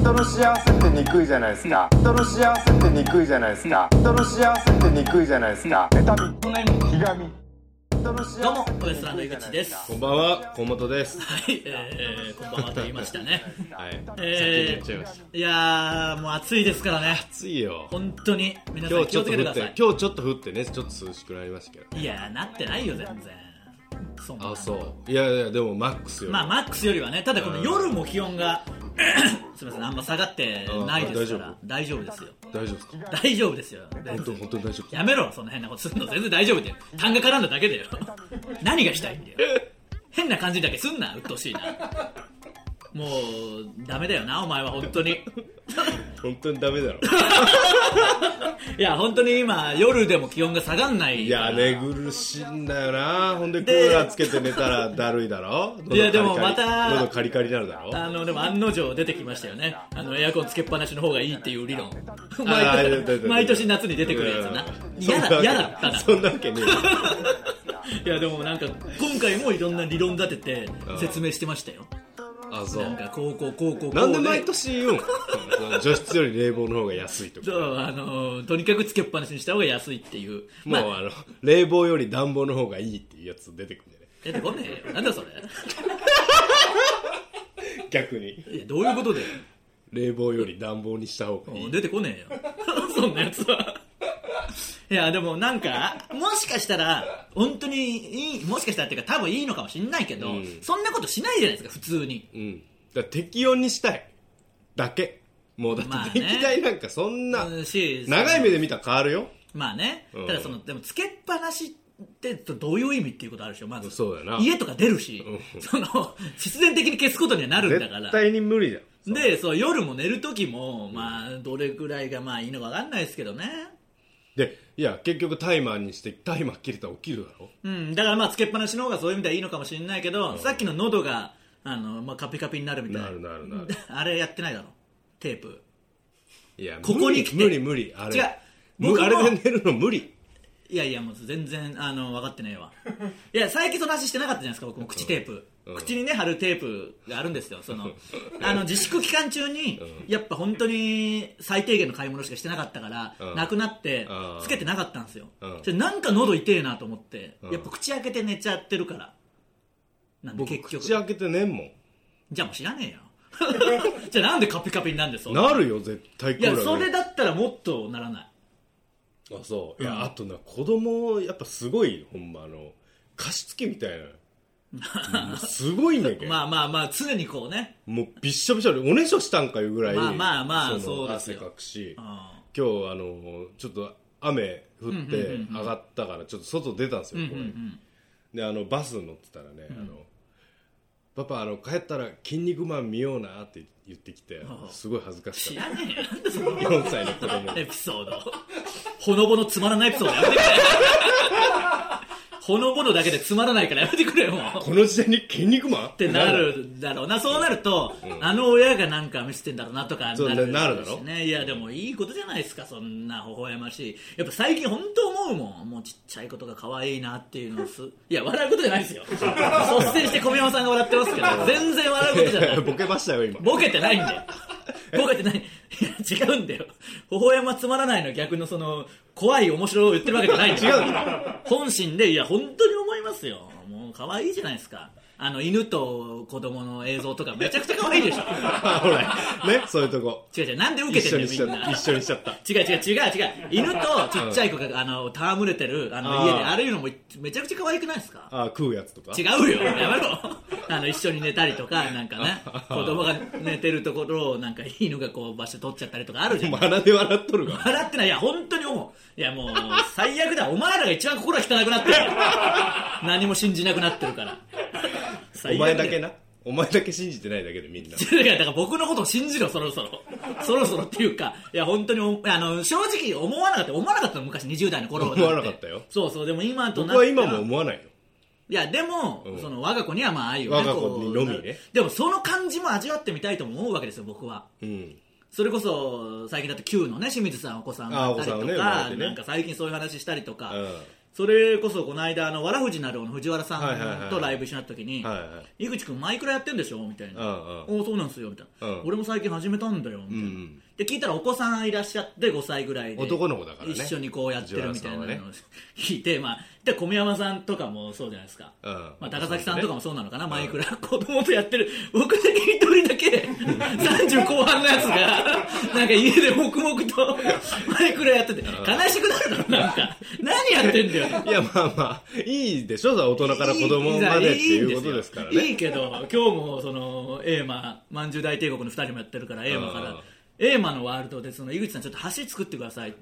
人の幸せってにくいじゃないですか人の幸せってにくいじゃないですか人の幸せってにくいじゃないですか妬みこの辺にひがみどうどうもウエストランド井口ですはこんばんは、小本です。ははい、えー、こんばんはと言いましたねい、え先に言っちゃいました。ー、いやーもう暑いですからね暑いよ。本当に皆さ今ん日気ちょをっつけとて降くだっさてい、今日ちょっと降ってね、ちょっと涼しくなりましたけど。いやーなってないよ全然そんなあ、そう。いやいや、でもマックスより。まあマックスよりはねただこの夜も気温がすみませんあんま下がってないですからう大丈夫ですよ大丈夫ですか大丈夫ですよ本当、本当に大丈夫やめろそんな変なことするの全然大丈夫って痰が絡んだだけだよ何がしたいんだよ変な感じだけすんな鬱陶しいなもうダメだよなお前は本当に本当にダメだろ。いや本当に今夜でも気温が下がんないいからや、寝苦しいんだよな。ほんで、クーラーつけて寝たらだるいだろ。 いやでも喉カリカリまた喉カリカリになるだろ。あのでも案の定出てきましたよねあのエアコンつけっぱなしの方がいいっていう理論あー出毎てた出て年た毎年夏に出てくるやつな嫌だ嫌だったなそんなわけ ねえよ。いやでもなんか今回もいろんな理論立てて説明してましたよあ、そなんう。かこうこうこうこうこうなんで毎年言うん 除湿より冷房の方が安いとそか。うあのとにかくつけっぱなしにした方が安いっていうもう、あの、冷房より暖房の方がいいっていうやつ出てくるんじゃない出てこねえよなんだそれ逆にいやどういうことで冷房より暖房にした方がいい出てこねえよ そんなやつはいやでもなんかもしかしたら本当にいいもしかしたらっていうか多分いいのかもしんないけど、うんそんなことしないじゃないですか普通にうんだから適温にしたいだけもうだまあっねて電気代なんかそんな、うんし長い目で見たら変わるよまあね、うんただそのでもつけっぱなしってどういう意味っていうことあるでしょまずそうだよな家とか出るし、その必然的に消すことにはなるんだから絶対に無理だよでそう夜も寝る時も、まあ、どれぐらいがまあいいのか分かんないですけどね、でいや結局タイマーにしてタイマー切れたら起きるだろうん、だからまあつけっぱなしの方がそういう意味ではいいのかもしれないけど、さっきの喉があの、まあ、カピカピになるみたいななるなるなるあれやってないだろテープいやここに来て無理無理無理あれ違う僕むもあれで寝るの無理いやいやもう全然あの分かってないわいや最近その話してなかったじゃないですか僕も口テープ、うん口にね貼るテープがあるんですよそのあの自粛期間中に、やっぱ本当に最低限の買い物しかしてなかったから、うんなくなってうんつけてなかったんですよ、うんでなんか喉痛えなと思って、うんやっぱ口開けて寝ちゃってるからなんで僕結局口開けて寝んもんじゃあもう知らねえよ じゃあなんでカピカピになんでそんななるよ絶対いやそれだだったらもっとならないあそういうんやあとな子供やっぱすごいほんまあの加湿器みたいな もうすごいねんけどまあまあまあ常にこうね、もうびっしょびしょでおねしょしたんかいうぐらいまあまあまあのそうですよ汗かくしう今ん日あのちょっと雨降って上がったからちょっと外出たんですよ、これであのバス乗ってたらね、あのパパあの帰ったら「筋肉マン見ような」って言ってきてすごい恥ずか知しからねえよった4歳の 子供エピソードほのぼのつまらないエピソードやめてくれ ほのぼのだけでつまらないからやめてくれよもうっこの時代に「筋肉マン?」ってなるだろうなそうなると、あの親がなんか見せてんだろうなとかなそうるなるだろねいやでもいいことじゃないですかそんな微笑ましいやっぱ最近本当思うもんもうちっちゃいことが可愛いなっていうのをすいや笑うことじゃないですよ率先して小宮山さんが笑ってますけど全然笑うことじゃない ボケましたよ今ボケてないんだ よ。ボケてない。いや、違うんだよ。微笑まつまらないの逆のその、怖い面白いを言ってるわけじゃないんだよ。違う本心で、いや、本当に思いますよ。もう、可愛いじゃないですか。あの、犬と子供の映像とかめちゃくちゃ可愛いでしょ。 ほらねそういうとこ違う違う、なんで受一けて緒んにだしちゃよ、っみんたな。一緒にしちゃった違う違う違う違う犬とちっちゃい子があの戯れてるあの家であーあれいうのもめちゃくちゃ可愛くないですかあ食うやつとか違うよやめろあの一緒に寝たりとかなんかね子供が寝てるところをなんか犬がこう場所取っちゃったりとかあるじゃん鼻で笑っとるが笑ってないいや本当に思ういやもう最悪だお前らが一番心が汚くなってるよ何も信じなくなってるからお前だけななお前だけ信じてないだけでみんないやだから僕のことを信じろそろそろそろそろっていうかいや本当におあの正直思わなかった思わなかったの昔20代の頃思わなかったよそうそうでも今とな僕っては今も思わないよいやでも、んその我が子にはまあ愛を、我が子こうにのみねでもその感じも味わってみたいとも思うわけですよ僕はうんそれこそ最近だと Q のね清水さんお子さんがいたりとあお子さんか、ね生まれてねなんか最近そういう話したりとか、うんそれこそこの間あのわらふじなるおの藤原はいはいさはんいとライブ一緒になった時に、はいはい井口君マイクラやってんでしょみたいな、うんうんおおそうなんですよみたいな、うん俺も最近始めたんだよみたいな、うんで聞いたらお子さんいらっしゃって5歳ぐらいで男の子だからね一緒にこうやってるみたいなのを藤原さんは聞いて、まあ、で小宮山さんとかもそうじゃないですか、うんまあ、高崎さんとかもそうなのかな、んマイクラ 子供とやってる僕だけ一人だけ30後半のやつ がなんか家で黙々とマイクラやってて悲しくなるだろなん か何やってんだよいやまあまあいいでしょ大人から子供までっていうことですからいねいけど今日もそのエーマまんじゅう大帝国の2人もやってるからエーマかうんらエーマのワールドでその井口さんちょっと橋作ってくださ いって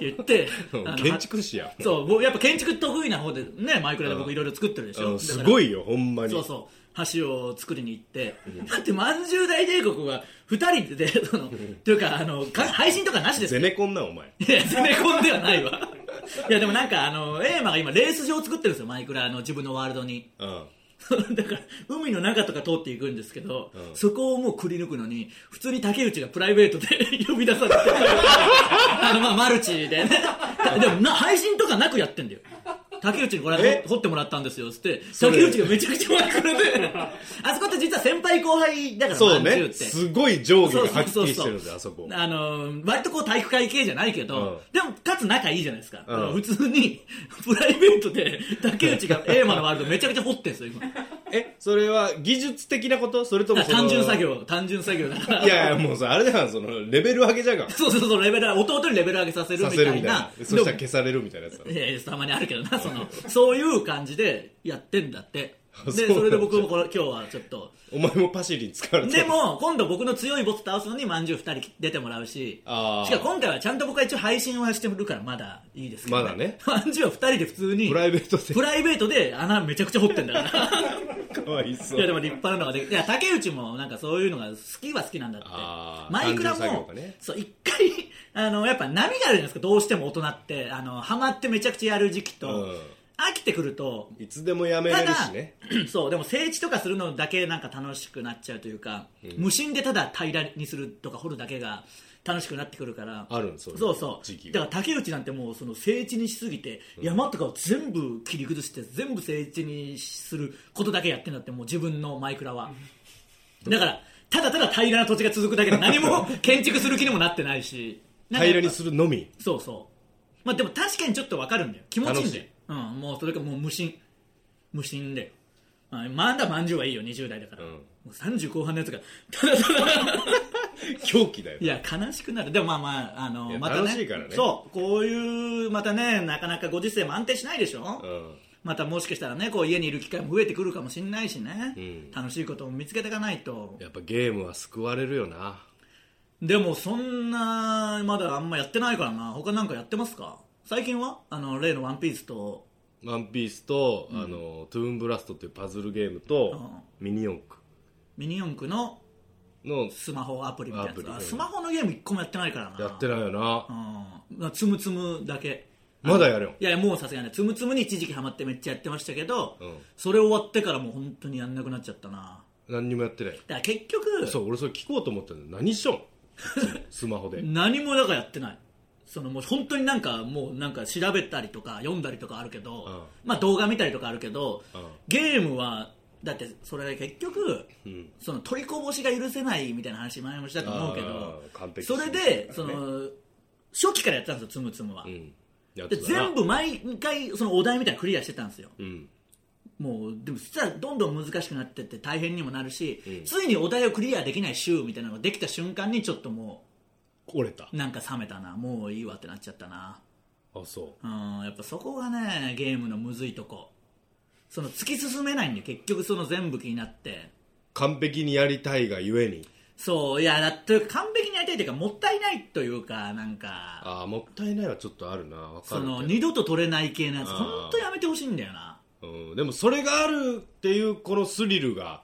言ってうんあの建築士やそう僕やっぱ建築得意な方でねマイクラで僕いろいろ作ってるでしうょんすだからごいよほんまにそうそう橋を作りに行ってだってまんじゅう大帝国は2人で そのというかあのか配信とかなしですゼよネコンなお前いや攻め込んではないわいやでもなんかあのエーマが今レース場を作ってるんですよマイクラの自分のワールドにうん だから海の中とか通っていくんですけど、そこをもうくり抜くのに普通に竹内がプライベートで 呼び出されてあのまあマルチでねでもな配信とかなくやってんだよ竹内にこれえ掘ってもらったんですよっつってそれ竹内がめちゃくちゃマイクロで あそこって実は先輩後輩だからそうまんじゅねってすごい上下そうがそはうっきそうりしそてうるんだよあそこあのー割とこう体育会系じゃないけど、うでもかつ仲いいじゃないですか、う普ん通にプライベートで竹内がエーマのワールドめちゃくちゃ掘ってるんですよ今えそれは技術的なことそれともその単純作業単純作業だからいやいやもうさあれだよそのレベル上げじゃがそうそうそうレベル上げ弟にレベル上げさせるさみせたるいみたいななでそしたら消されるみたいなやつだろいやいやたまにあるけどなそ のそういう感じでやってんだってあそうでなんだそれで僕もこれ今日はちょっとお前もパシリに使われてでも今度僕の強いボス倒すのにまんじゅう2人出てもらうししあーかも今回はちゃんと僕は一応配信はしてるからまだいいですけど、まだねまんじゅうは2人で普通にプライベート でプライベートで穴めちゃくちゃ掘ってんだからかわいそいやでうも立派なのができいや竹内もなんかそういうのが好きは好きなんだってあーマイクラ単純作も業がねそう一回 あのやっぱ波があるじゃないですかどうしても大人ってあのハマってめちゃくちゃやる時期と、うん飽きてくるといつでもやめたれるだしねそうでも整地とかするのだけなんか楽しくなっちゃうというか、無心でただ平らにするとか掘るだけが楽しくなってくるからあるんそういうそうそう時期だがから竹内なんてもうその整地にしすぎて、山とかを全部切り崩して全部整地にすることだけやってんだってもう自分のマイクラはだからただただ平らな土地が続くだけで何も建築する気にもなってないしなんか平らにするのみそうそうまあでも確かにちょっとわかるんだよ気持ちいいんだよ楽しい、うん、もうそれかもう無心無心だよまあまだまんじゅうはいいよ20代だから、うんもう30後半のやつがただただ狂気だよいや悲しくなるでもまあまああいのやまたね楽しいからねそうこういうまたねなかなかご時世も安定しないでしょ、うんまたもしかしたらねこう家にいる機会も増えてくるかもしれないしね、ん楽しいことも見つけていかないとやっぱゲームは救われるよなでもそんなまだあんまやってないからな他なんかやってますか最近はあの例の「ワンピースとワンピースと、あのトゥーンブラストっていうパズルゲームと、ミニ四駆ミニ四駆ののスマホアプリみたいなやつアプあリスマホのゲーム一個もやってないからなやってないよな、うんまあつむつむだけまだやるよいやいやもうさすがにねつむつむに一時期ハマってめっちゃやってましたけど、うんそれ終わってからもう本当にやんなくなっちゃったな何にもやってないだから結局そう俺それ聞こうと思ったんだよ何しよんス マホで何もだからやってないそのもう本当になんかもうなんか調べたりとか読んだりとかあるけど、うまあ動画見たりとかあるけど、うんゲームはだってそれ結局、んその取りこぼしが許せないみたいな話前もしたと思うけあー完ど璧それ主義でだかそらねの初期からやってたんですよつむつむは、うんやっでてたな全部毎回そのお題みたいなのクリアしてたんですようんもうでも実はどんどん難しくなってって大変にもなるし、ついにお題をクリアできない週みたいなのができた瞬間にちょっともう折れたなんか冷めたなもういいわってなっちゃったなあそうんやっぱそこがねゲームのむずいとこその突き進めないんで結局その全部気になってう完璧にやりたいがゆえにそういやだって完璧にやりたいというかもったいないというかなんかああもったいないはちょっとあるなわかそるけどの二度と取れない系のやつあー本当やめてほしいんだよなうん、でもそれがあるっていうこのスリルが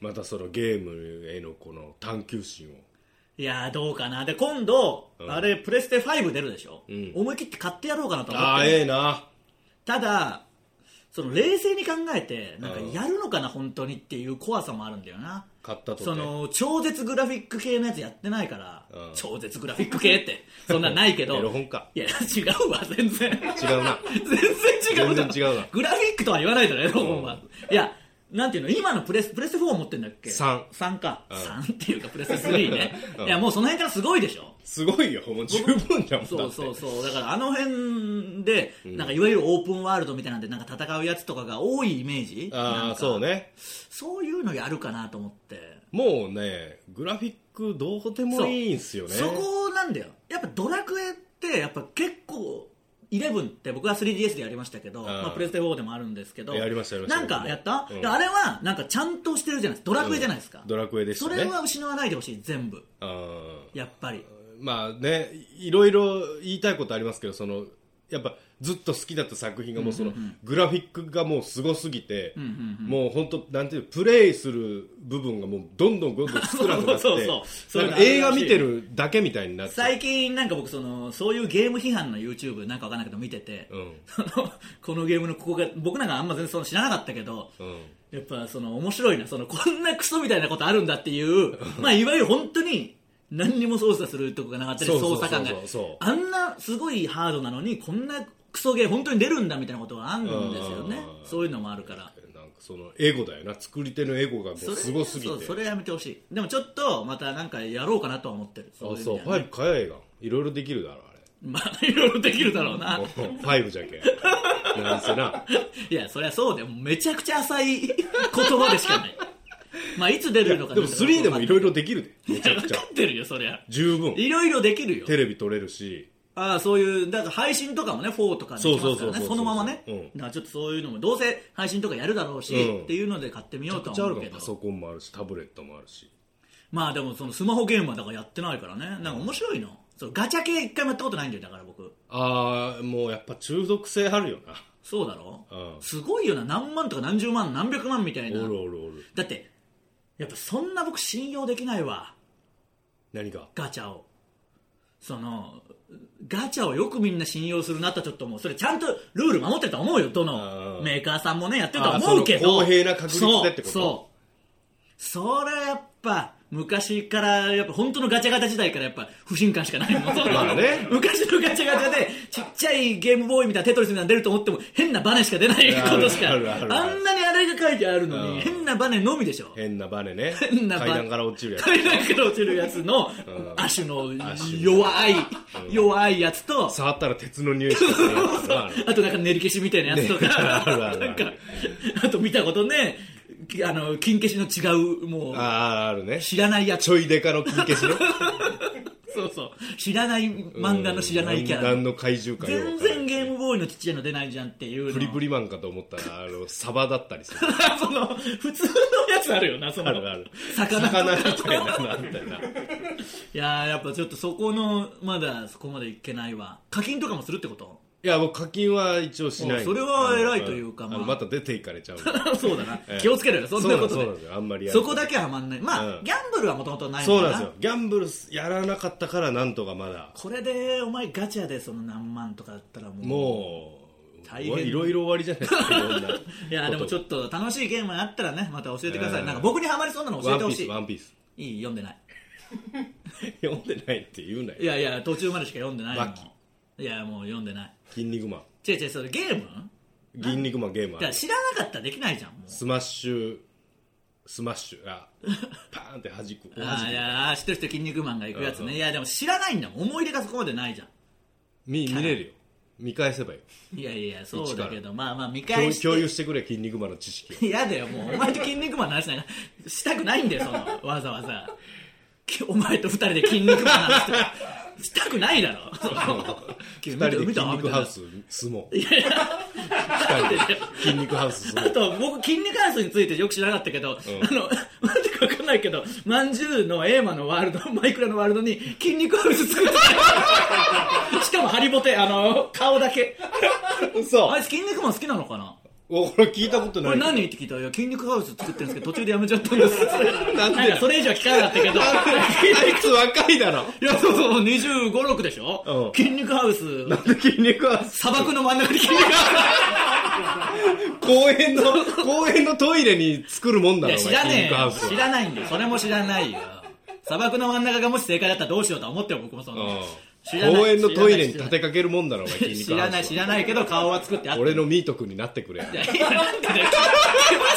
またそのゲームへのこの探求心をいやどうかなで今度、あれプレステ5出るでしょ、ん思い切って買ってやろうかなと思ってああるええなただその冷静に考えてなんかうんやるのかな本当にっていう怖さもあるんだよな買ったとてその超絶グラフィック系のやつやってないから、うん超絶グラフィック系ってそんなんないけど エロ本かいや違うわ全然違うな全然違うじゃん全然違うなグラフィックとは言わないだろエロ本は、いやなんていうの今のプレスプレス4を持ってんだっけ三三か、うん三っていうかプレス3ね、 うんいやもうその辺からすごいでしょすごいよもう十分じゃんそうそうだってそうだからあの辺で、なんかいわゆるオープンワールドみたいなんでなんか戦うやつとかが多いイメージなあんあかそうねそういうのやるかなと思ってもうねグラフィックどうでもいいんすよねそこなんだよやっぱドラクエってやっぱ結構11って僕は 3DS でやりましたけど、んまあ、プレステ4でもあるんですけどやりましたやりましたなんかやった、うんいやあれはなんかちゃんとしてるじゃないですかドラクエじゃないですか、うんドラクエでしたねそれは失わないでほしい全部うんやっぱりまあねいろいろ言いたいことありますけどそのやっぱずっと好きだった作品がもうその、グラフィックがもうすごすぎて、もう本当なんていうのプレイする部分がもうどんどんどんどん少なくなって そうそうそうなんか映画見てるだけみたいになって最近なんか僕そのそういうゲーム批判の YouTube なんかわかんないけど見てて、うんその このゲームのここが僕なんかあんま全然その知らなかったけど、うんやっぱその面白いなそのこんなクソみたいなことあるんだっていうまあいわゆる本当に何にも操作するとこがなかったりそうそう操そう作感がそうそうあんなすごいハードなのにこんなクソゲー本当に出るんだみたいなことがあるんですよねうんそういうのもあるからなんかそのエゴだよな作り手のエゴがもうすごすぎそうてそれやめてほしいでもちょっとまたなんかやろうかなとは思ってるあいそう意味ではね5買え映画いろいろできるだろまあいろいろできるだろうなあれ5じゃ けんなんせないやそりゃそうでもうめちゃくちゃ浅い言葉でしかないまあいつ出るのかでも3でもいろいろできるでめちゃ分くちゃかってるよそりゃ十分いろいろできるよテレビ撮れるしああそういうだから配信とかもね4とかできますそかうそうらそうそねうそのままね、うんだからちょっとそういうのもどうせ配信とかやるだろうし、うんっていうので買ってみようとめっはちゃあ思るうかけらどパソコンもあるしタブレットもあるしまあでもそのスマホゲームはだからやってないからねなんか面白いのそのガチャ系一回もやったことないんだよだから僕ああもうやっぱ中毒性あるよなそうだろ、うんすごいよな何万とか何十万何百万みたいなおるおるおるだってやっぱそんな僕信用できないわ何がガチャをそのガチャをよくみんな信用するなとはちょっと思うそれちゃんとルール守ってると思うよどのうんメーカーさんもねやってるとは思うけあそどの公平な確率でってことそうそうそれはやっぱ昔からやっぱ本当のガチャガチャ時代からやっぱ不信感しかないもん まあね昔のガチャガチャでちっちゃいゲームボーイみたいなテトリスみたいなの出ると思っても変なバネしか出ないことしかあるあるあるあるんなにあれが書いてあるのうんに変なバネのみでしょ変なバネね変なバ階段から落ちるやつ階段から落ちるやつの亜種の弱い弱いやつと触ったら鉄の匂いしかするやつが あるあとなんか練り消しみたいなやつと あるあかるなんかあと見たことねあの金消しの違うもうあーあるね知らないやつちょいデカの金消しねそうそう知らない漫画の知らないキャ何ラの怪獣か全よ然ゲームボーイのちっちゃいの出ないじゃんっていうのプリプリマンかと思ったらあのサバだったりする その普通のやつあるよなそのあるある魚とか魚みたいなのあったよないやーやっぱちょっとそこのまだそこまでいけないわ課金とかもするってこといやもう課金は一応しないおそれは偉いというかあのまあまた出ていかれちゃうそうだなええ気をつけろ よそんなことそうでなんですよあんまりやるそこだけはまんないまあ、うんギャンブルはもともとないのそうかなんですよギャンブルやらなかったからなんとかまだこれでお前ガチャでその何万とかだったらもうもう大変いろいろ終わりじゃないですかいろんないやでもちょっっと楽しいゲームあったらねまた教えてください、うんなんか僕にハマりそうなの 教ワえてンピほーしスワンピースいいい読んでない 読んでないって言うないやいや途中までしか読んでないもんバいやもう読んでない筋肉マン違う違うそれゲーム筋肉マンゲームだあかるら知らなかったらできないじゃんもうスマッシュスマッシュ あパーンって弾く弾あくーいやー知ってる人筋肉マンが行くやつうんねいやでも知らないんだもん思い出がそこまでないじゃん見見れるよ見返せばいいいやいやそうだけ一どまあまあ見共返有して共有してくれ筋肉マンの知 識を嫌だよもうお前と筋肉マンの話なんかしたくないんだよそのわざわざ きお前と二人で筋肉マンの話とかしたくないだろ 見二人たで筋見た肉ハウス相撲二人で筋肉ハウス 相あ撲と僕筋肉ハウスについてよく知らなかったけど、あの なんでか分かんないけどまんじゅうのエーマのワールドマイクラのワールドに筋肉ハウス作って たしかもハリボテあの顔だけ嘘 あいつ筋肉マン好きなのかなおこれ聞いたことこなれい何って聞いたら、いや、筋肉ハウス作ってるんですけど、途中でやめちゃったん です。なんか、それ以上は聞かなかったけど、 あいつ若いだろいや、そうそう、25、6でしょうん筋肉ハウス、筋肉は砂漠の真ん中で筋肉ハ公園の公園のトイレに作るもんだウス。いろや、 お知前らねえ筋肉ハよウス。は知らないんだよ。それも知らないよ。砂漠の真ん中がもし正解だったらどうしようとは思ってよ、僕もそんな。知らないうん公園のトイレに立てかけるもんだろお前筋肉知らハなウい、ス知はらないけど、顔は作ってあった。俺のミート君になってくれいやいやなんかね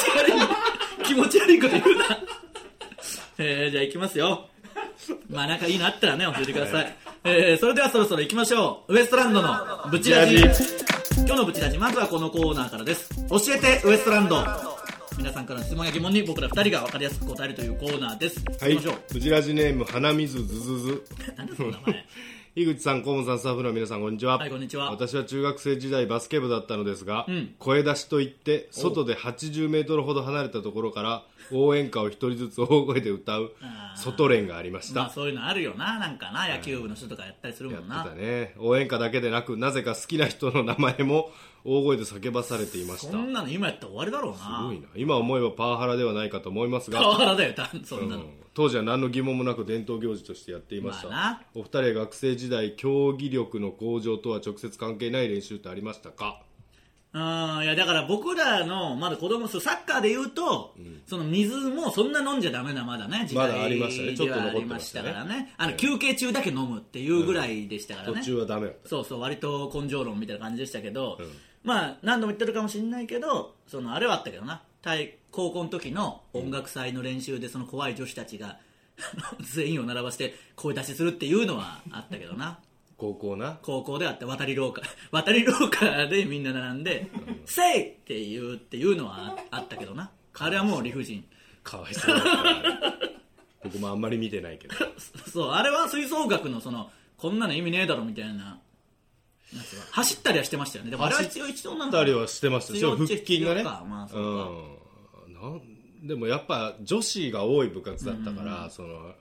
気持ち悪い気持ち悪いこと言うな、えー、じゃあ行きますよまあなんかいいのあったらね教えてください、えー、それではそろそろ行きましょうウエストランドのブチラジブチラ今日のブチラジまずはこのコーナーからです教えてウエストランド皆さんからの質問や疑問に僕ら二人が分かりやすく答えるというコーナーです、は行いきましょ藤ラジネーム花水ずずずう何だその名前井口さん、河本さん、スタッフの皆さん、こんにちは。はいこんにちは私は中学生時代バスケ部だったのですが、ん声出しといって、外で80メートルほど離れたところから、応援歌を一人ずつ大声で歌うあ、ー外練がありました。まあそういうのあるよななんかな野球部の人とかやったりするもんやっなてたね。応援歌だけでなく、なぜか好きな人の名前も大声で叫ばされていました。そすんなの今やったら終わりだろうなごいな。今思えばパワハラではないかと思いますが、パワハラだよ多分そんなの、うん当時は何の疑問もなく伝統行事としてやっていました、まあなお二人は学生時代競技力の向上とは直接関係ない練習ってありましたかうん、いやだから僕らのまだ子供そうサッカーで言うと、その水もそんな飲んじゃダメなまだね時代まだありましたねちょっとではあ残っりてままししたたかねらねあの休憩中だけ飲むっていうぐらいでしたから途ね、中はダメだったそうそう割と根性論みたいな感じでしたけど、んまあ何度も言ってるかもしれないけどそのあれはあったけどな体高校の時の音楽祭の練習でその怖い女子たちが 全員を並ばして声出しするっていうのはあったけどな高校な高校であって渡り廊下 渡り廊下でみんな並んで「せい!」って言うっていうのはああったけどなあれはもう理不尽かわいそうだった ね僕もあんまり見てないけどそうあれは吹奏楽のそのこんなの意味ねえだろみたいなやつは走ったりはしてましたよねでもあれは一応一応なんたりはしてましたし強い腹筋が強ね、いかまあそううんなんでもやっぱ女子が多い部活だったから、その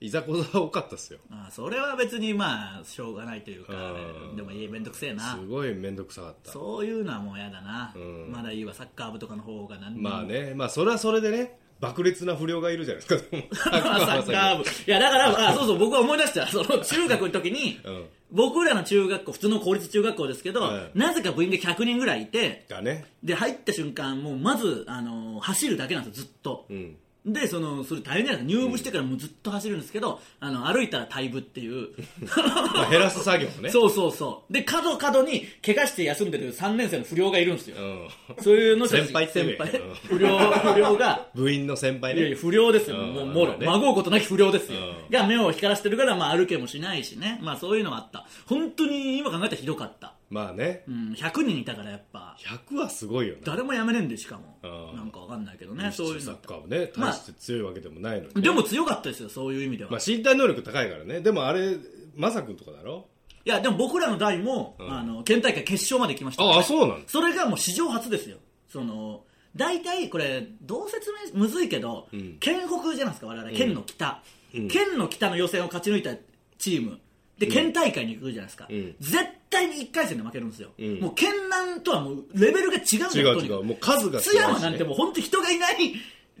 いざこざ多かったっすよまあそれは別にまあしょうがないというかうんでもいいめんどくせえなすごい面倒くさかったそういうのはもう嫌だなうんまだいいわサッカー部とかの方が何でもまあねまあそれはそれでね爆裂な不良がいるじゃないですかサッ まあサッカー部。いや、だから、あそうそう、僕は思い出した。その、中学の時に、うん僕らの中学校、普通の公立中学校ですけど、はいなぜか部員が100人ぐらいいて、がねで、入った瞬間、もうまず、あのー走るだけなんですよ、ずっと。うんで、その、それ大変じゃないですか。入部してからもうずっと走るんですけど、あの、歩いたら退部って いう。まあ、減らす作業ねそうそうそう。で、角角に、怪我して休んでる3年生の不良がいるんですよ。ん、そういうの人たち先輩って言え先ばいい輩うん不良、不良が、部員の先輩いやいねや不良ですよ、うんもうもろ、まあねまごうことなき不良ですよ、うんが目を光らせてるから、まあ、歩けもしないしね、まあ、そういうのはあった、本当に今考えたらひどかった、まあねうん、100人いたからやっぱ、 100はすごいよね誰もやめねえんで、しかも、うんなんかわかんないけどね、そうそういうサのッ、カーもねまあ大して強いわけでもないのに、でも強かったですよ、そういう意味では、まあ、い身体能力高いからねでもあれマサ君とかだろや、でも僕らの代も、んあの県大会決勝まで来ましたからああそうなんだそれがもう史上初ですよ、その大体これ、どう説明むずいけど、ん県北じゃないですか、我々、県の北、県の北の予選を勝ち抜いたチーム、で県大会に行くじゃないですか、うん絶対に1回戦で負けるんですよ、んもう県南とはもうレベルが違うんだ違よ、うと違にかうくもう数が違うし、津山なんてもう本当、人がいない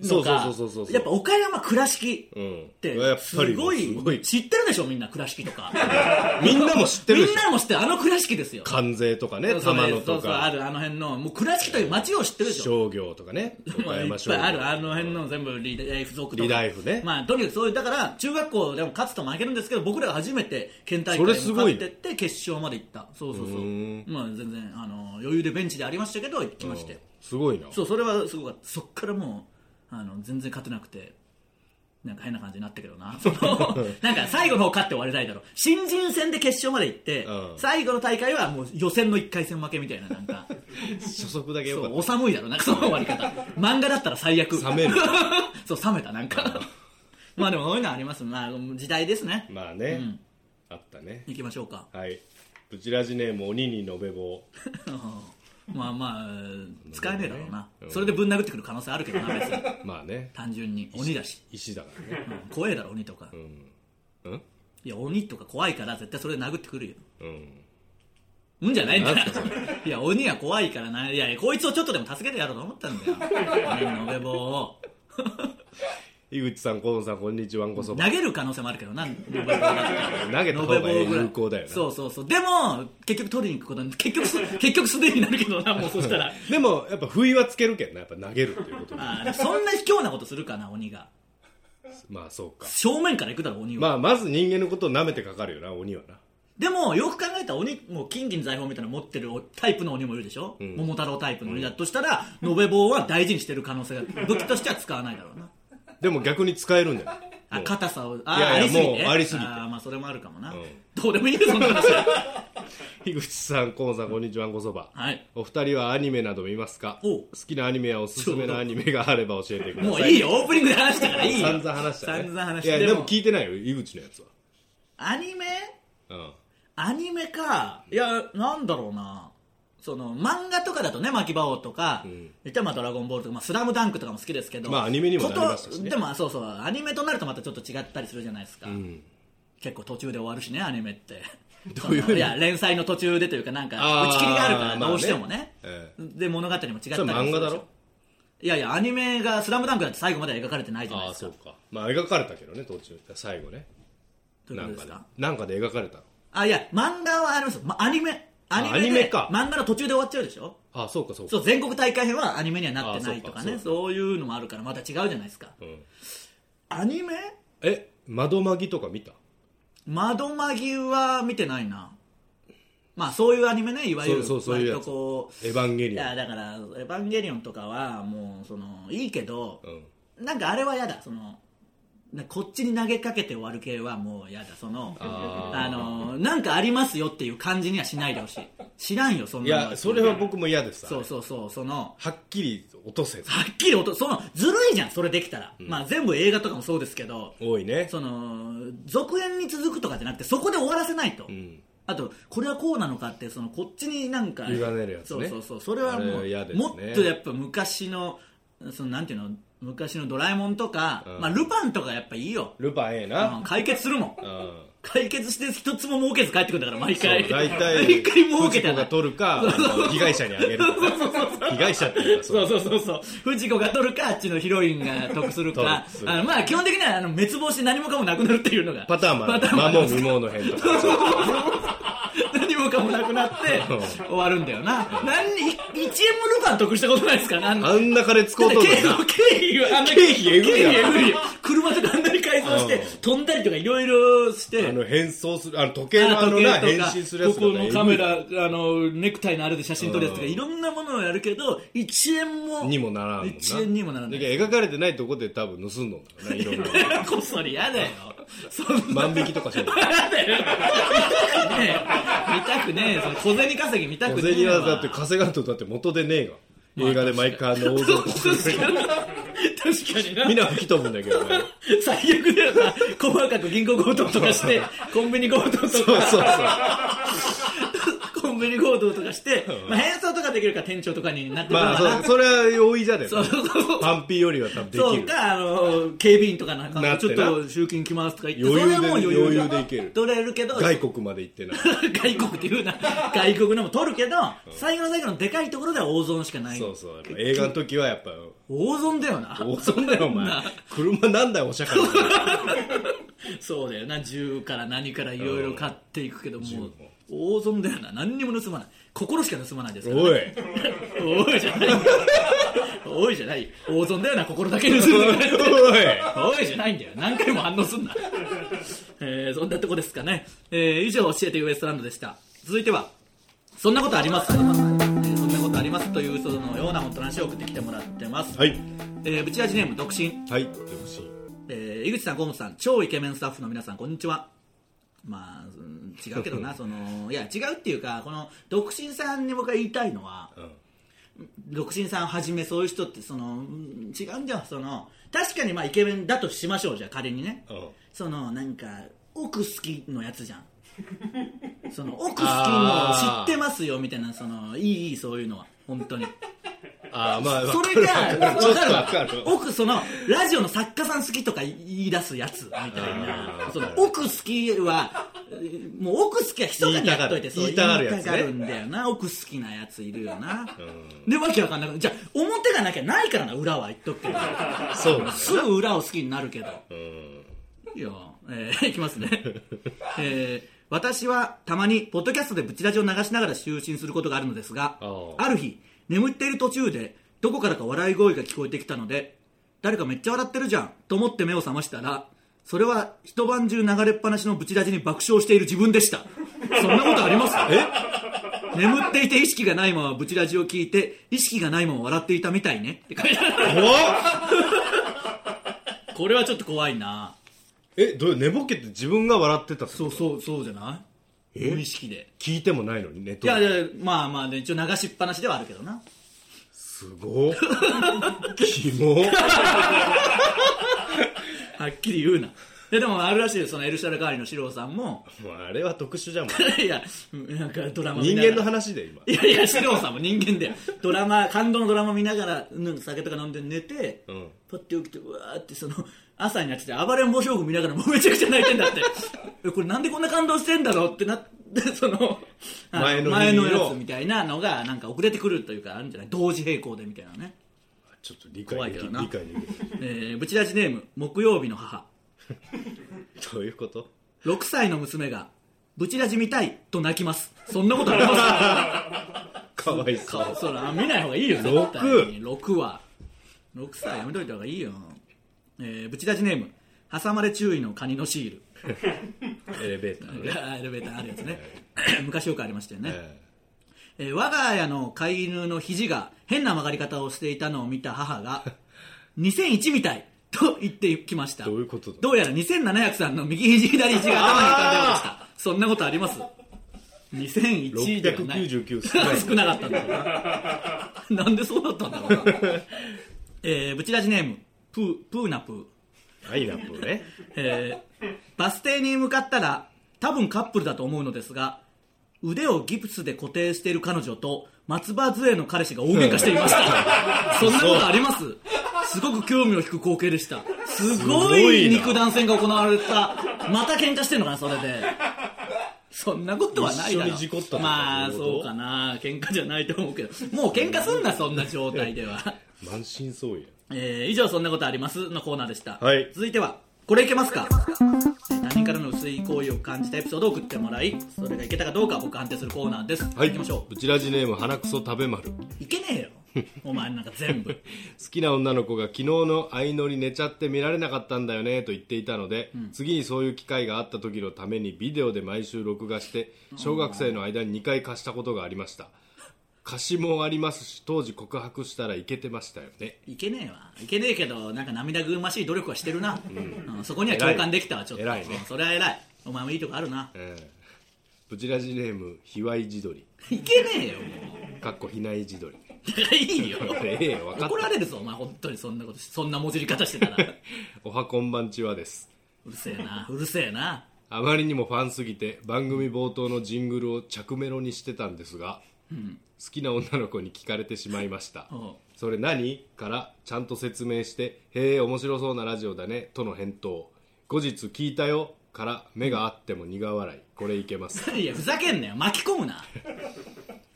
のかそうそうそうそうそう、そうやっぱ岡山、倉敷。うんってやっすぱりごいすごい知ってるでしょみんな倉敷とか みんなも知ってるでしみんょなも知ってるあの倉敷ですよ関税とかねそう玉そ野うとそうあかるあの辺のもう倉敷という町を知ってるでしょ商業とかねまあ岡いっ山商ぱい業あるあの辺の全部リライフ族とかリライフねまあとにかくそういうだから中学校でも勝つと負けるんですけど僕らが初めて県大会そにれすご勝いってって決勝まで行ったそうそうそううんまあ全然あの余裕でベンチでありましたけど行きましてすごいなそうそれはすごかったそっからもうあの全然勝てなくてなんか変な感じになったけどなその なんか最後の方勝って終わりたいだろ新人戦で決勝まで行って、うん最後の大会はもう予選の1回戦負けみたいななんか初速だけよそかうっお寒いだろなんかその終わり方漫画だったら最悪冷める そう冷めたなんかまあでもそういうのはありますまあ時代ですねたまあね、んあったね行きましょうかはいブチラジネーム鬼に延べ棒まあまあ使えねえだろうなうんそれでぶん殴ってくる可能性あるけどな別にまあね単純に鬼だし、石だか らねうん怖えだろ鬼とか、うんいや鬼とか怖いから絶対それで殴ってくるようんうんじゃないんだなんすかそれ いや鬼は怖いからないやこいつをちょっとでも助けてやろうと思ったんだよ鬼の延べ棒を井口さん河野さんこんに ちはわんこそ投ばげる可能性もあるけどな延べ棒が投げた方が有効だよなそうそうそうでも結局取りに行くことに結局す結局素手になるけどなもうそした らでもやっぱ不意はつけるけんなやっぱ投げるっていうことにあーそんな卑怯なことするかな鬼が まあそうか正面から行くだろ鬼は、まあまず人間のことを舐めてかかるよな鬼はなでもよく考えたら鬼もう金銀財宝みたいなの持ってるおタイプの鬼もいるでしょ、桃太郎タイプの鬼だとしたら延べ棒は大事にしてる可能性が武器としては使わないだろうなでも逆に使えるんじゃないあもう硬さをあいやいやありすぎてもうありすぎてあーまあそれもあるかもな、うんどうでもいいよそんな話 は樋口さん河野さんこんにちはわんこそばはいお二人はアニメなど見ますかおう好きなアニメやおすすめのアニメがあれば教えてくださいもういいよオープニングで話したからいいよ散々話した、ね、散々話しいたやででもも聞いてないよ井口のやつはアニメうんアニメかいやなんだろうなその漫画とかだとね「マキバオ」とかん「言ったらまあドラゴンボール」とか「まあ、スラムダンクとかも好きですけどまあアニメにもなりましたしねことでもそうそうアニメとなるとまたちょっと違ったりするじゃないですか、ん結構途中で終わるしねアニメって どういうふうにいや連載の途中でというかなんかあー打ち切りがあるからまあねどうしてもね,、えで物語も違ったりもするそれ漫画だろいやいやアニメが「スラムダンクだって最後までは描かれてないじゃないああですそかうかまあ描かれたけどね途中最後ねというこなとでんかすでかなんかで描かれたのあいや漫画はありますよ、ま、アニメアニメでアニメか漫画の途中で終わっちゃうでしょああそうかそうかそう全国大会編はアニメにはなってないとかあねそうかそういうのもあるからまた違うじゃないですか、んアニメえ窓マギとか見た窓マギは見てないなまあそういうアニメねいわゆるそうそうそういうやつ割とこうエヴァンゲいリオやンだから「エヴァンゲリオン」とかはもうそのいいけど、うんなんかあれは嫌だそのなこっちに投げかけて終わる系はもう嫌だそのああのなんかありますよっていう感じにはしないでほしい知らんよそんいなのはやそれは僕も嫌ですそうそうそうそのはっきり落とせずはっきり音そのずるいじゃんそれできたら、まあ全部映画とかもそうですけど多いねその続編に続くとかじゃなくてそこで終わらせないと、んあとこれはこうなのかってそのこっちになんか委ねるやつねそうそうそうそれはもあれはう嫌ですねもっとやっぱ昔のそのなんていうの昔のドラえもんとか、うんまあ、ルパンとかやっぱいいよ、ルパンええうなん解決するもんうん解決して一つも儲けず帰ってくるんだから毎そう回大体 毎回儲けて藤子が取るかあの被害者にあげるか被害者っていうかそううそうそうそう藤子が取るかあっちのヒロインが得するか得するあのまあ基本的にはあの滅亡して何もかもなくなるっていうのがパターンもあパタるーンもあ摩りま耗す未毛の変とかそう何もかもなくなって 終わるんだよな何にい1円もルパン得したことないですからあんあんな金使だうってとん経のに費なはあんな経費えぐいな経費えぐいよ車とかあんなに改造してうん飛んだりとかいろいろしてあの変装するあの時計のあのな変身するやつことこかのカメラあのネクタイのあれで写真撮るやつとかいろんなものをやるけど1円もにもならんもんな1円にもならないだけど描かれてないとこで多分盗んどんだろう ないろいろだからこそり嫌だよそんな万引きとかしよう嫌だよ見たくねえ見たくねえその小銭稼ぎ見たく小ねえ銭はわだって稼がんとだって元でねえが映画で毎回あの大そう道具確かに確かになみんな吹き飛ぶんだけどね最悪だよな細かく銀行強盗とかしてコンビニ強盗とかそうそうそうコンビニ強盗とかして、まあ、変装とかできるから店長とかになってくるまかあら、そうそれは容易じゃねえそうそうそうパンピーよりは多分できそうるかあの警備員とかなんかなってちょなっと集金来ますとか言って余裕でそれはもう余裕余裕でいける取れるけど外国まで行っ てない外国っていうな外国のも取るけど、最後の最後のでかいところでは大損しかないそうそうやっぱ映画の時はやっぱ大損だよな大損だよお前な車何台おしゃかり そうだよな銃から何からいろいろ買っていくけども銃うも大損だよな何にも盗まない心しか盗まないですから、ね、 おいおいじゃないよ おいじゃないよ大損だよな心だけ盗おむいおいおいじゃないんだよ何回も反応すんな、えー、そんなとこですかね、えー、以上教えてウエストランドでした続いてはそんなことありますあります、えーそんなことありますというそのような本当の話を送ってきてもらってます、はいえー、ブチラジネーム独身はいよろしいえー井口さん、河本さん、超イケメンスタッフの皆さん、こんにちは。まあ、うん違うけどな、その、いや、違うっていうか、この、独身さんに僕が言いたいのは、独身さんはじめそういう人って、その、うん違うんだよ、その、確かにまあイケメンだとしましょう、じゃあ仮にね。うんその、なんか、奥好きのやつ じゃん。その、奥好きのあー知ってますよ、みたいな、その、いい、いい、そういうのは、本当に。ああまあそわかれるが、わわかるちょっとわかかるるわ奥、その、ラジオの作家さん好きとか言い出すやつみたいな、その、奥好きは、もう奥好きは密かにやっといて言いたがるそう言言いたがるやつねいたがるんだよな奥好きなやついるよな、でわけわかんなくなるじゃあ表がなきゃないからな裏は言っとくけどそうなんだすぐ裏を好きになるけどうんいいよ、えー いきますね、えー私はたまにポッドキャストでブチラジを流しながら就寝することがあるのですがあーある日眠っている途中でどこからか笑い声が聞こえてきたので誰かめっちゃ笑ってるじゃんと思って目を覚ましたらそれは一晩中流れっぱなしのブチラジに爆笑している自分でしたそんなことありますえ眠っていて意識がないままブチラジを聞いて意識がないまま笑っていたみたいねって書いてあるこれはちょっと怖いなえどういう寝ぼけて自分が笑ってたってこそとうそうそうじゃない無意識で聞いてもないのにネッいトやいでやまあまあ、ね、一応流しっぱなしではあるけどなすごっキモはっきり言うないやでもあるらしいよそのエルシャラ代わりの四郎さんも もうあれは特殊じゃんもういやなんかドラマ見人なが間らの話で今いやいや四郎さんも人間だよドラマ感動のドラマ見ながら、うん、酒とか飲んで寝て、うんパッて起きてうわーってその朝になってて暴れん坊将軍見ながらもうめちゃくちゃ泣いてんだ ってえこれなんでこんな感動してんだろうってなって そのあ前の日を前のやつみたいなのがなんか遅れてくるというかあるんじゃない同時並行でみたいなねちょっと理怖解いでけきどなない理解できないえー、ブチラジネーム木曜日の母どういうこと6歳の娘がブチラジ見たいと泣きますそんなことありますかわいそうかそら見ない方がいいよ絶六対に6は6歳やめといた方がいいよ、えー、ブチラジネーム挟まれ注意のカニのシールエレベーターのね、エレベーターあるやつね 昔よくありましたよね、ええー我が家の飼い犬の肘が変な曲がり方をしていたのを見た母 が2001みたいと言ってきましたどういうことだどうやら2700さんの右肘左肘が頭に浮かんでおりま したそんなことありますえ2001ではない699少ない 少なかったんだろう ななんでそうだったんだろうな、えー、ブチラジネームプープーナプーアイナップルねえーバス停に向かったら多分カップルだと思うのですが腕をギプスで固定している彼女と松葉杖の彼氏が大喧嘩していました そんなことありますすごく興味を引く光景でしたすごすごいいな肉弾戦が行われたまた喧嘩してんのかなそれでそんなことはないだろ一緒に事故ったとかまあそういうそこうとかな喧嘩じゃないと思うけどもう喧嘩すんなそんな状態では満身創痍えー以上そんなことありますのコーナーでした、はい続いてはこれいけますかえー他人からの薄い行為を感じたエピソードを送ってもらいそれがいけたかどうか僕判定するコーナーです、はい行きましょブチラジネーム鼻くそ食べ丸好ういけねえ よお前なんか全部きな女の子が昨日の相乗り寝ちゃって見られなかったんだよねと言っていたので、次にそういう機会があった時のためにビデオで毎週録画して小学生の間に2回貸したことがありました貸しもありますし当時告白したらイケてましたよねいけねえわいけねえけどなんか涙ぐましい努力はしてるな、うんそこには共感できたわちょっと偉いねうんそれは偉いお前もいいとこあるなええブチラジネームひわい地鶏いけねえよもかっこひない地鶏うだからいいよ ええ分かっ怒らたれるぞお前本当にそんなことしそんなもじり方してた らおはこんばんちはですうるせえなうるせえなあまりにもファンすぎて番組冒頭のジングルを着メロにしてたんですが、好きな女の子に聞かれてしまいましたおう「それ何?」からちゃんと説明して「へえ面白そうなラジオだね」との返答後日聞いたよから目が合っても苦笑いこれいけ ますいやふざけんなよ巻き込むな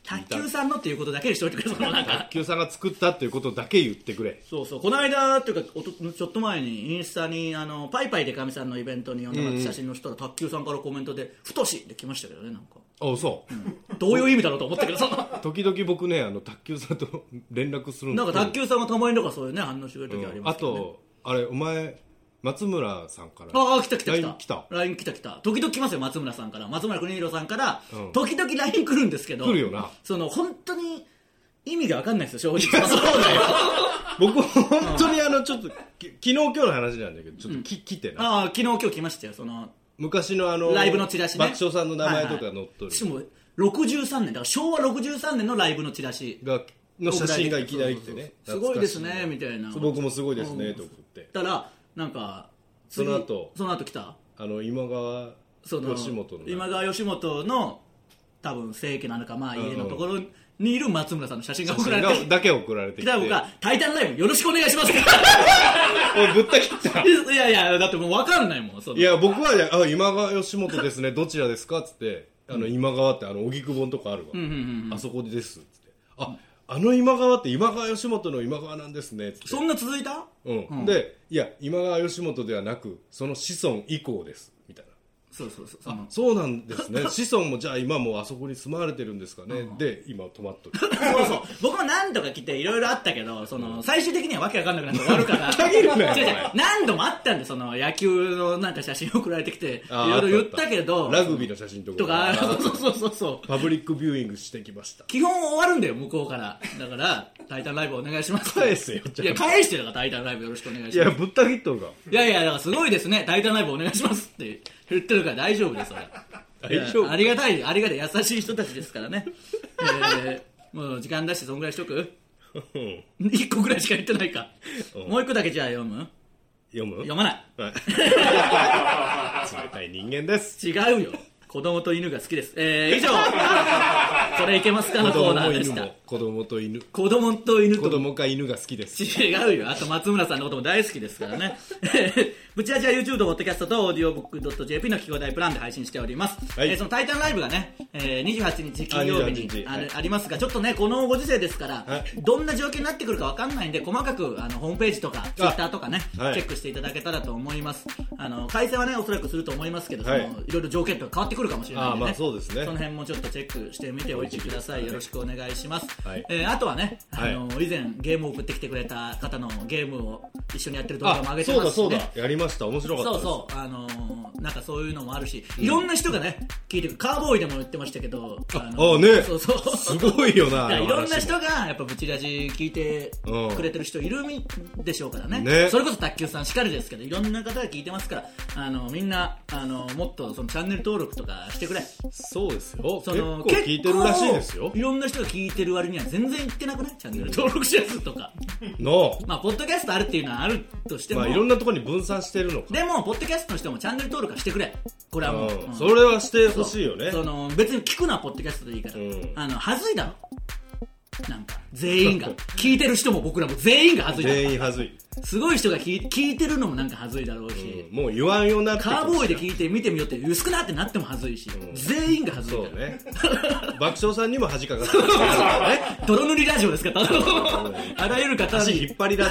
卓球さんのっていうことだけにしといてくれそのなんか卓球さんが作ったっていうことだけ言ってくれそうそうこの間っていうかおとちょっと前にインスタにあのパイパイでかみさんのイベントに呼んでもらって写真の人ら、卓球さんからコメントで「太し」って来ましたけどねなんかあそう、どういう意味だろうと思ったけどその時々僕ねあの卓球さんと連絡するなんのか卓球さんがたまになんかそういうね反応してくれる時ありうんまあすけど、ねとあれお前松村さんからああ来た来た来た LINE 来た LINE 来た来た時々来ますよ松村さんから松村邦弘さんから、うん時々 LINE 来るんですけど来るよなその本当に意味が分かんないですよ正直 そうだよ僕本当にあのちょっとき昨日今日の話なんだけどちょっとき、来てなああ昨日今日来ましたよその昔のあのライブのチラシね爆笑さんの名前とか載っとる、しかも63年だから昭和63年のライブのチラシがの写真がいきなり来てねそうそうそうすごいですね懐かしみたいなそう僕もすごいですねと送ってたらなんかその後次その後来たあの今川その吉本の今川義元の多分正家なのかまあ家のところにいる松村さんの写真が送られがてだけ送られきてきてた僕が「タイタンライブよろしくお願いし ます」おいぶった切ったいやいやだってもう分かんないもんそのいや僕はあ今川義元ですねどちらですかっつってあの今川ってあの荻窪のとこあるわ、うんうんうんあそこですっつってああの今川って今川義元の今川なんですねっつってそんな続いたうんうんでいや今川義元ではなくその子孫以降ですみたいなそうそうそうそあのそうなんで すね子孫もじゃあ今もうあそこに住まわれてるんですかね、で今泊まっと るそうそう僕も何度か来ていろいろあったけどその最終的にはわけわかんなくなって終わるから 限るなよ違う違うお前何度もあったんでその野球のなんか写真送られてきていあろいろ言ったけあどったラグビーの写真とかとか あそうそうそうそうパブリックビューイングしてきました基本終わるんだよ向こうからだから「タイタンライブお願いします」返せよじゃあいや返してだから「タイタンライブよろしくお願いいしまやす」ぶった切っとるかいやいやだからすごいですね「タイタンライブお願いします」って言ってるから大丈夫です俺大丈夫いやありがたいありがたい優しい人たちですからねえーもう時間出してそんぐらいしとくうん 一個ぐらいしか言ってないかうんもう一個だけじゃあ読む読む読まないはい 冷たい人間です違うよ子供と犬が好きですえ ー、以上それいけますか子のコー供ナもーで犬したも子供と犬子供と犬子と供か犬が好きです違うよあと松村さんのことも大好きですからね ぶちアジは YouTube とポッドキャストとオーディオブック .jp の聞こ大プランで配信しております、はいえーその「タイタンライブ」がね、えー28日金曜日にあ28日あはいありますがちょっとねこのご時世ですから、はいどんな状況になってくるかわかんないんで細かくあのホームページとか Twitter とかね、はいチェックしていただけたらと思いますあの改正はねおそらくすると思いますけど、はいそのいろいろ条件とか変わってくるかもしれないんで、ね、あーまあそうですねその辺もちょっとチェックしてみておいてくださいよろしくお願いします、はいえーあとはね、はいあの以前ゲームを送ってきてくれた方のゲームを一緒にやってる動画あも上げてそうまだすし、ね、そうだやりました面白かったそでうすそうあのーなんかそういうのもあるし、いろんな人がね聞いてくるカーボーイでも言ってましたけどあああねそうそうすごいよなあいやの話いもろんな人がやっぱブチラジ聞いてくれてる人いるみでしょうからね,、ねそれこそ卓球さんしかりですけどいろんな方が聞いてますからあのみんなあのもっとそのチャンネル登録とかしてくれそうですよそ結の構聞いてるらしいですよ結構いろんな人が聞いてる割には全然行ってなくないチャンネル登録者数とかのまあポッドキャストあるっていうのはあるとしても、まあいろんなところに分散してるのかでもポッドキャストの人もチャンネル登録はしてくれこれはもう、ううんんそれはしてほしいよねその別に聞くのはポッドキャストでいいから、うんあの恥ずいだろなんか全 員が聞いてる人も僕らも全員が恥ずいだろ全員はずい、すごい人が聞い聞いてるのもなんか恥ずいだろうし、うんもう言わんようになってカーボーイで聞いて見てみようって薄くなってなっても恥ずいし、ん全員が恥ずいそかうら ね爆笑さんにも恥かかってる泥塗りラジオですかあらゆる方足に引っ張り 出す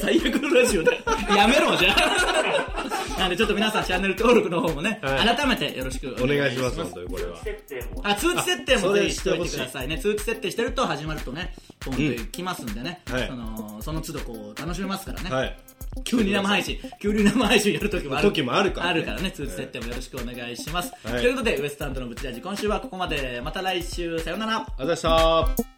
最悪のラジオだよやめろじゃあなんでちょっと皆さんチャンネル登録の方もね、はい改めてよろしくおお願願いいししまますす本当にこれは設定もあ通知設定もあぜひしておいてくそれしてほしいださいね通知設定してると始まるとねポンってきますんでね、はいそのその都度こう楽しめますからね、はい急に生配信急に生配信やる時もある時もあるからねあるからね通知設定もよろしくお願いします、はいということでウエストランドのブチラジ今週はここまでまた来週さようならありがとうございました